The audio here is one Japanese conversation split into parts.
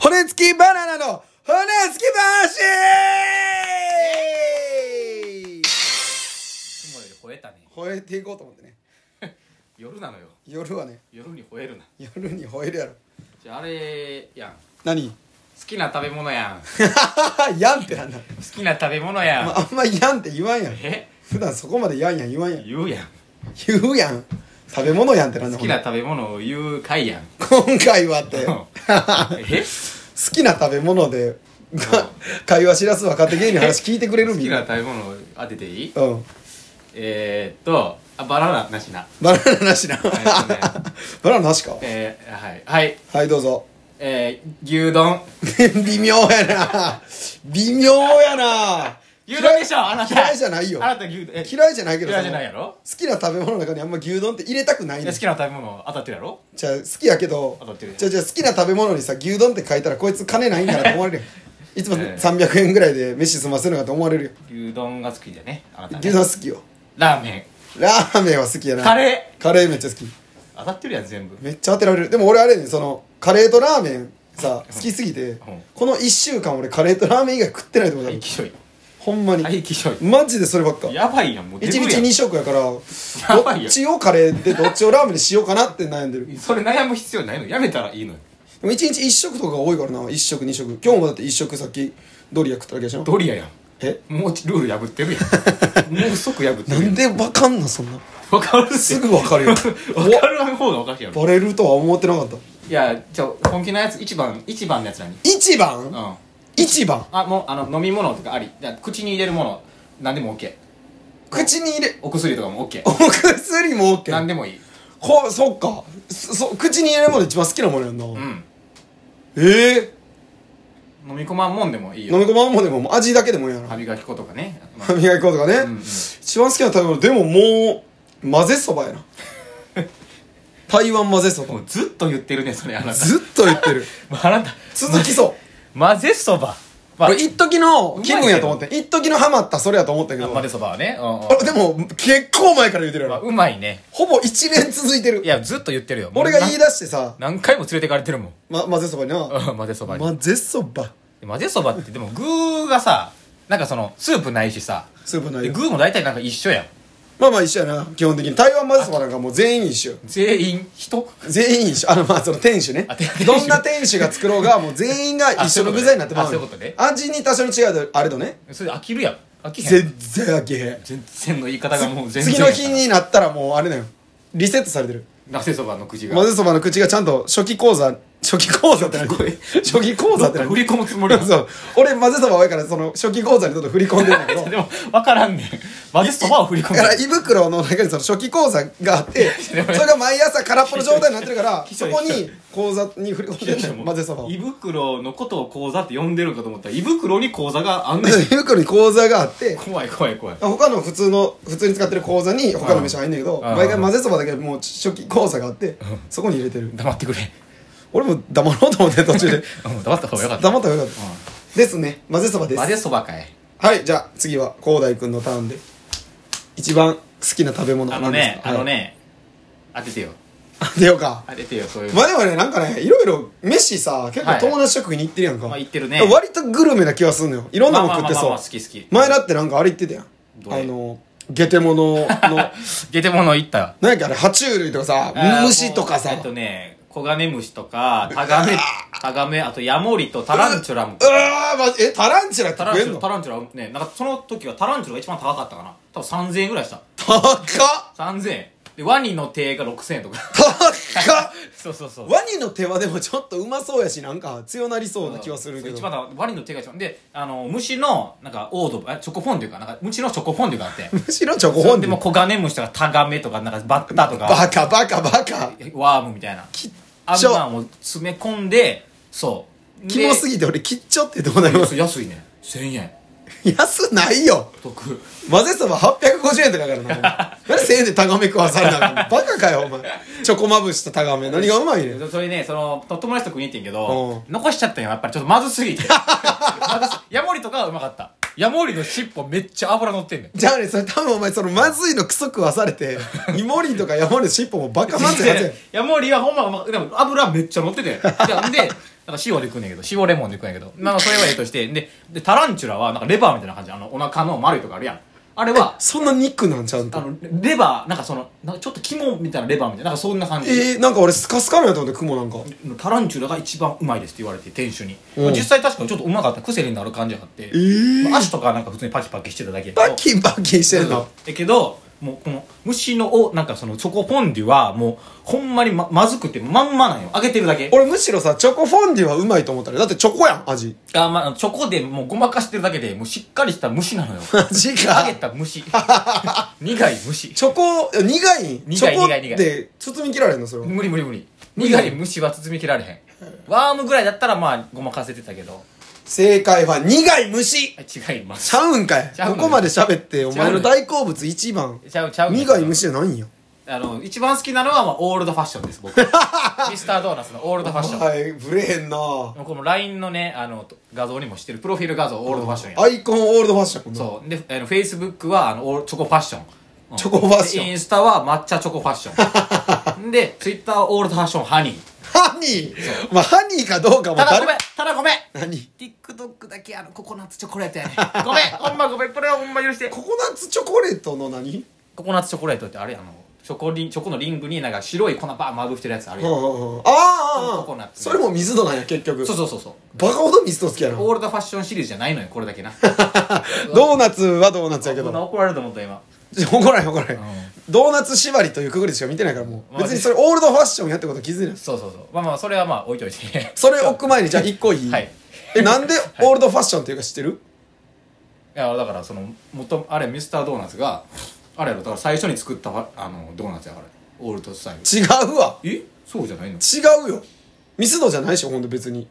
骨付きバナナの骨付き話つもより吠えたね吠えていこうと思ってね夜なのよ夜はね夜に吠えるな夜に吠えるやろじゃああれやん好何 きな食べ物やん好やんってなんだきな食べ物やん、あんまやんって言わんやんえ普段そこまでやんやん言わんやん言うやん言うやん食べ物やんってなんだ好きな食べ物を言う回やんほんで今回はって うんえ好きな食べ物でが 会話しらす若手芸人の話聞いてくれる好みきんなな食べ物を当てていいうんえー、っとあバナナなしなバナナなしなは バナナなしかえー、はいはいはいどうぞえー、牛丼 微妙やな微妙やな牛丼でしょあなた嫌いじゃないよあなた牛丼え嫌いじゃないけど嫌いそじのゃないやろ好きな食べ物の中にあんま牛丼って入れたくないえね好んきな食べ物当たってるやろじゃあ好きやけど当たってるやんじゃあじゃあ好きな食べ物にさ牛丼って書いたらこいつ金ないんからと思われ るよいつもええ300円ぐらいで飯済ませるのかと思われるよ牛丼が好きじゃねあなたね牛丼好きよラーメンラーメンは好きやなカレーカレーめっちゃ好きー当たってるやん全部めっちゃ当てられるでも俺あれやねんそのカレーとラーメンさ好きすぎてこの1週間俺カレーとラーメン以外食ってないと思う大気しょいほんまに大気しょいマジでそればっか1やばいやんもう日デブやん2食やからどやばいよっちをカレーでどっちをラーメンにしようかなって悩 んでるでそれ悩む必要ないのやめたらいいのよも1日1食とかが多いからな1食2食今日もだって1食さっきドリア食っただけでしょドリアやんえもうルール破ってるやんもう即破ってなるやんでわかんなそんなわかるってすぐわかるよ わかる方がおかしいやろバレるとは思ってなかったいやじゃ本気のやつ一番一番のやつ何一番うん一番あもうあの飲み物とかありじゃあ口に入れるもの何でも OK 口に入れお薬とかも OK お薬も OK 何でもいいこそっかそそ口に入れるもの一番好きなものやんな、うんえ飲み込まんもんでもいいえよ飲み込まんもんでももう味だけでもいいやな歯磨き粉とかね、ま歯磨き粉とかね、んうん一番好きな食べ物でももう混ぜそばや な台湾混ぜそあ、もばうずっと言ってるねそれあなたずっと言って るあなた続きそう混ぜそばまあ俺一時の気分やと思ってう一時のハマったそれやと思ったけど混ぜそばはねうんうんあでも結構前から言ってるやまあろうまいねほぼ1年続いてるいやずっと言ってるよ俺が言いだ出してさ、何回も連れてかれてるもんま、混ぜそばになうん混ぜそばに、混ぜそば混ぜそばってでも具がさなんかそのスープないしさスープないでよ具も大体なんか一緒やんまあまあ一緒やな基本的に台湾混ぜそばなんかもう全員一緒全員人全員一緒あのまあその店主ねあ店主どんな店主が作ろうがもう全員が一緒の具材になってまあうそういのうことね味に多少の違いはあれどねそれで飽きるやん飽きへん全然あけへん全然の言い方がもう全然次の日になったらもうあれだよリセットされてる混ぜそばのくじが混ぜそばの口がちゃんと初期講座初期講座って何初期講座って振り何込むつもりやんそう俺混ぜそば多いからその初期講座にちょっと振り込んでるんだけ どでも分からんねん混ぜそばを振り込だむから胃袋の中にその初期講座があってそれが毎朝空っぽの状態になってる からひそどいこに講座に振り込んでるのよもう混ぜそばを胃袋のことを口座って呼んでるんかと思ったら胃袋に口座があんね ん胃袋に講座があって怖い怖い怖い他の普通の普通に使ってる口座に他の飯入んねんけどうん毎回混ぜそばだけもう初期口座があってそこに入れてる黙ってくれ俺も黙ろうと思って途中でうん黙った 方がよかった黙ったらよかったですね混ぜそばです混ぜそばかいはいじゃあ次は広大君のターンで一番好きな食べ物あはの何ですねかあのね当ててよはい出ようか当ててよそういうまあでもねなんかねいろいろ飯さ結構はい友達と食いに行ってるやんか、まあ行ってるね割とグルメな気がするのよいろんなもんまあ食っまあてまあそうまあ好き好き前だってなんかあれ言ってたやんどあれのゲテモ ノのゲテモノ行ったよ何やっけあれ爬虫類とかさあー虫とかさえっとねコガネムシとかタガメタガメあとヤモリとタランチュラもうわーまじえタランチュラってタラン食えチュんのラ高タっランチュラねなんかその時はタランチュラが一番高かったかな多分3000円ぐらいした高っ3000円でワニの手が6000円とか高っ そうそうそうワニの手はでもちょっとうまそうやしなんか強なりそうな気はするけそうど一番だワニの手が一番であの虫のなんかオードえチョコフォンデュかなんか虫のチョコフォンデュがあってむしろチョコそ本れでもうコガネムシとかタガメとかなんかバッタとかバカバカバカワームみたいなきっあんちなょんを詰め込んでそうキモすぎぎて俺きっちょってどうなります安いね1000円安ないよお得混ぜそば850円とかやからなお前何1000円でタガメ食わされなのバカかよお前チョコまぶしとタガメ何がうまいねん それねそのと友達と食いに行ってんけどう 残しちゃったんよやっぱりちょっとまずすぎてまずすヤモリとかはうまかったヤモリの尻尾めっちゃ脂乗ってんねんじゃあね、それ多分お前そのまずいのクソ食わされ て、イモリンとかヤモリの尻尾もバカまずいはずやん。ヤモリはほんまがまでも油めっちゃ乗っててじゃあんでなんか塩で食うねんけど塩レモンで食うんやけどまあそれはええとしてででタランチュラはなんかレバーみたいな感じあのお腹の丸いとかあるやんあれはそんな肉なんちゃんあと。のレバーなんかそのなんかちょっと肝みたいなレバーみたいななんかそんな感じえー、なんか俺スカスカのやと思って、雲なんか。タランチュラが一番うまいですって言われて店主にうん実際確かにちょっとうまかった癖になる感じがあって、ーまあ足とかなんか普通にパキパキしてただけやけどバキンバキンしてんの。だけどもうこの虫のおなんかそのチョコフォンデュはもうほんまにままずくてまんまなんよ揚げてるだけ俺むしろさ、チョコフォンデュはうまいと思ったね。だってチョコやん、 味。あ、まあ、チョコでもうごまかしてるだけでもうしっかりした虫なのよ味揚がげ。た虫 苦い虫チョコ、いや苦い苦いチョコ苦い苦いで包み切られんの、それは。無理無理無理無理苦い虫は包み切られへんワームぐらいだったらまあごまかせてたけど正解は苦い虫あ違いますちゃうんかいちゃうのこよこまで喋って、おちゃう前ののよ大好物一番。ちゃうちゃう苦い虫じゃないんや。あの一番好きなのは、まあ、オールドファッションで す僕ミスタードーナツのオールドファッションはい、ぶれへんなこの LINE のねあの画像にもしてるプロフィール画像オールドファッションやアイコンオールドファッション。そうであのフェイスブックはあのオールチョコファッションうんチョコファッションでインスタは抹茶チョコファッションでツイッターはオールドファッションハニーハニーまあ、ハニーかどうかもただご誰めんただごめん何 TikTok だけあのココナッツチョコレートや ねごめんほんまごめんこれはほんま許してココナッツチョコレートの何ココナッツチョコレートってあれあのチョコリンチョコのリングになんか白い粉バーンまぶしてるやつあるはやあんはあはああココーあナーッツそれも水戸なんや結局そうそうそうそうバカほど水戸好きやなオールドファッションシリーズじゃないのよこれだけなドーナツはドーナツやけこんなど怒られると思った今怒らへん怒らへんうんドーナツ縛りというくぐりしか見てないからもうまあ別にそれオールドファッションやってこと気づいてないそうそうそうまあまあそれはまあ置いといてそれ置く前にじゃあ一個いいはいえなんでオールドファッションっていうか知ってるいやだからその元あれミスタードーナツがあれやろだから最初に作ったあのドーナツやからオールドスタイル違うわえそうじゃないの違うよミスドじゃないしほんと別に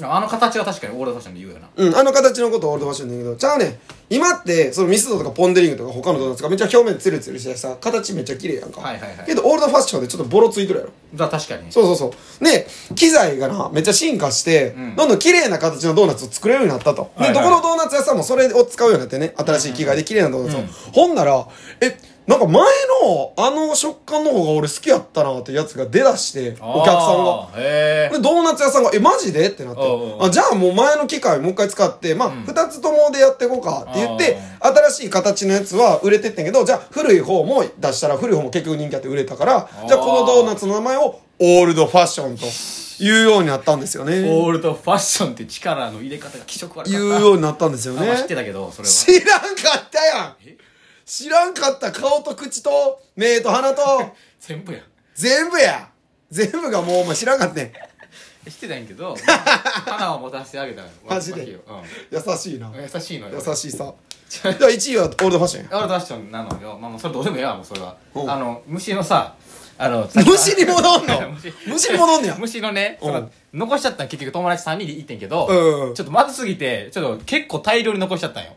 あの形は確かにオールドファッションで言うよなうん、あの形のことをオールドファッションだけど、じゃあね、今って、そのミスドとかポンデリングとか他のドーナツがめっちゃ表面ツルツルしてさ、形めっちゃ綺麗やんか。はいはいはいけど、オールドファッションでちょっとボロついとるやろ。だ確かにそうそうそう。で、機材がな、めっちゃ進化して、うんどんどん綺麗な形のドーナツを作れるようになったと。はいはいで、どこのドーナツ屋さんもそれを使うようになってね、新しい機械で綺麗なドーナツを。うんほんなら、え、なんか前のあの食感の方が俺好きやったなってやつが出だして、お客さんが。あーへでドーナツ屋さんが「えマジで?」ってなっておうおうおうあじゃあもう前の機械もう一回使ってまあ、ん2つともでやっていこうかって言って新しい形のやつは売れてってんけどじゃあ古い方も出したら古い方も結局人気あって売れたからあーじゃあこのドーナツの名前をオールドファッションというようになったんですよねえオールドファッションって力の入れ方が気色悪かった言うようになったんですよあまあ知ねってたけどそれは知らんかったやんえ知らんかった顔と口と目と鼻と全部やん全部や全部がもうお前知らんかったねん知ってたんやけ ど花を持たせてあげたのマジで優しいなうん優しいのよ優しい さちでは1位はオールドファッションやオールドファッションなのよまあまあそれどうでもええわもうそれはおうあの虫のさ あの虫に戻ん の虫虫に戻んねや虫のねそうんの残しちゃったの結局友達3人で行ってんけど、うんちょっとまずすぎてちょっと結構大量に残しちゃったんよ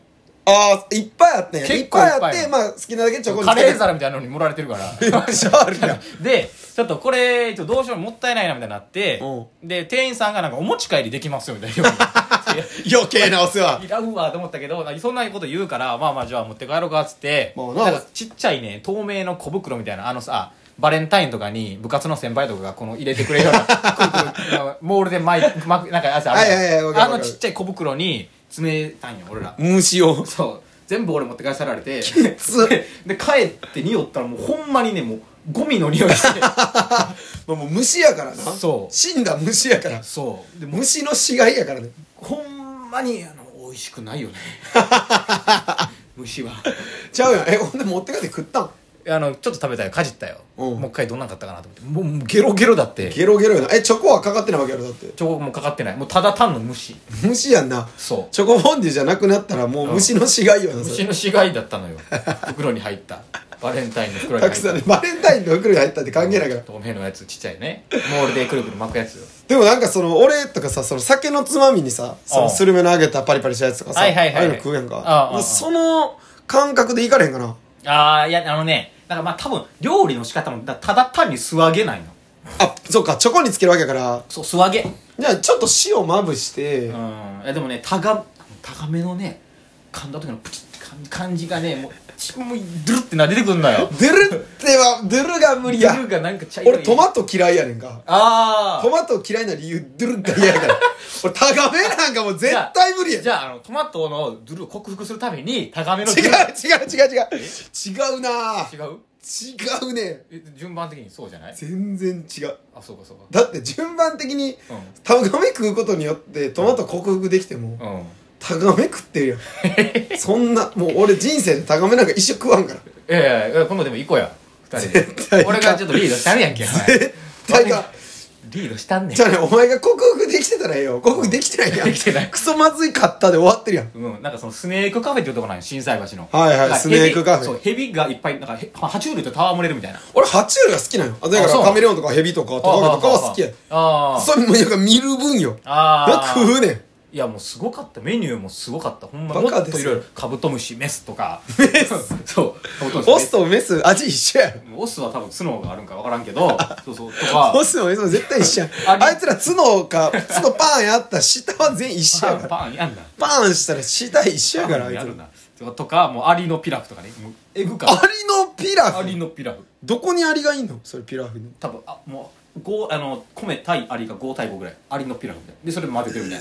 ああいっぱいあってんやいっ結構ぱいあいっぱっいてやまあ好きなだけチョコにカレーさ皿みたいなのに盛られて るからめっちゃあるやんでちょっとこれちょっとどうしようもったいないなみたいになっておで店員さんがなんかお持ち帰りできますよみたい ないや余計なお世話いらんわと思ったけどなんかそんなこと言うからまあまあじゃあ持って帰ろうかっつってまあななんかちっちゃいね透明の小袋みたいなあのさバレンタインとかに部活の先輩とかがこの入れてくれ るようなくるくるなモールで巻い巻くなんかやつあるやんはいはいはいわかあるわかのるちっちゃい小袋に詰めたんよ俺ら虫をそう全部俺持って帰されてつでで帰って匂ったらもうほんまにねもうゴミの匂いしてまあもう虫やからなそう死んだ虫やから そうでもう虫の死骸やからねほんまにあの美味しくないよ ね虫は。ちゃうやんえほんで持って帰って食ったんあのちょっと食べたよかじったようんもう一回どんなんかったかなと思ってもうもうゲロゲロだってゲロゲロやなえチョコはかかってないわけやろだってチョコもかかってないもうただ単の虫虫やんなそうチョコフォンデュじゃなくなったらもう虫の死骸よなそ虫れの死骸だったのよ袋に入ったバレンタインの袋にたくさん入ねっバレンタインの袋に入ったって関係ないからた透明のやつちっちゃいねモールでくるくる巻くやつよでもなんかその俺とかさその酒のつまみにさそのスルメの揚げたパリパリしたやつとかさはいはいはああいいはいうの食うやんかああああもうその感覚でいかれへんかなああいやあのねなんかまあ多分料理の仕方もだただ単に素揚げないのあそうかチョコにつけるわけやからそう素揚げじゃあちょっと塩まぶして、うんいやでもねたがたがめのね噛んだ時のプチって噛ん感じがねもうちもうドゥルってな出てくんのよドゥルってはドゥルが無理やドゥルがなんか茶色い俺トマト嫌いやねんかあトあマト嫌いな理由ドゥルが嫌やから俺タガメなんかもう絶対無理やじゃああのトマトのドゥルを克服するために高めのド違ゥうル違う違う違う違うなぁ違う違うねえ順番的にそうじゃない全然違うあそうかそうかだって順番的にうタガメ食うことによってトマト克服できてもんうんタガメ食ってる やんそんなもう俺人生でタガメなんか一生食わんからいやいや今度でも行こうや二人で絶対行かん俺がちょっとリードしたるやんけお前大河リードしたんねんじゃあねお前が克服できてたらええよ克服できてないやんできてないクソまずいかったで終わってるやんうん、なんかそのスネークカフェっていうとこなんよ心斎橋のはいはいなんかスネークカフェヘビそうヘビがいっぱいなんかへ爬虫類と戯れるみたいな俺爬虫類が好きなのだからあそうカメレオンとかヘビとかトカゲとかは好きやあーそれもなんか見る分よあー食うねんいやもうすごかったメニューもすごかったほんまバもっカとですいよろいろカブトムシメスとかメス そうカブトムシオスとメス味一緒やメスオスは多分角があるんか分からんけ どそうそうとかオスもメスも絶対一緒やあれあいつら角か角パンやったら下は全員一緒やからパンやんなパンしたら下一緒やからパあンいつやらアるなとかもうアリのピラフとかねもうエグかっリのピラたアリフのピラフどこにアリがいんのそれピラフに多分あもう五あの米対アリが5対5ぐらいアリのピラフみたいなでそれ混ぜてるみたい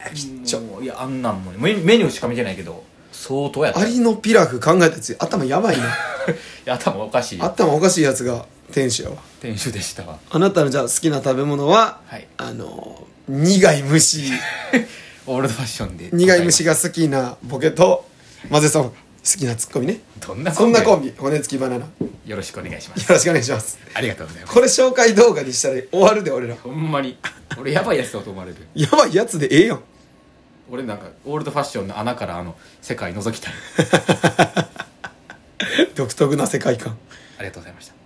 なきっちいやあんなんもんねメメニューしか見てないけど相当やったアリのピラフ考えたやつ頭や ばいないや頭おかしい頭おかしいやつが店主やわ店主でしたわあなたのじゃあ好きな食べ物は、はいあの苦い虫オールドファッションで苦い虫が好きなボケと混ぜそう好きなツッコミねどんなそんなココンンビ骨付きバナナよビよろしくお願いしますろしくお願いしますありがとうございますこれ紹介動画にしたら終わるで俺らほんまに俺やばいやつだと思われるやばいやつでええよ俺なんかオールドファッションの穴からあの世界覗きたい独特な世界観ありがとうございました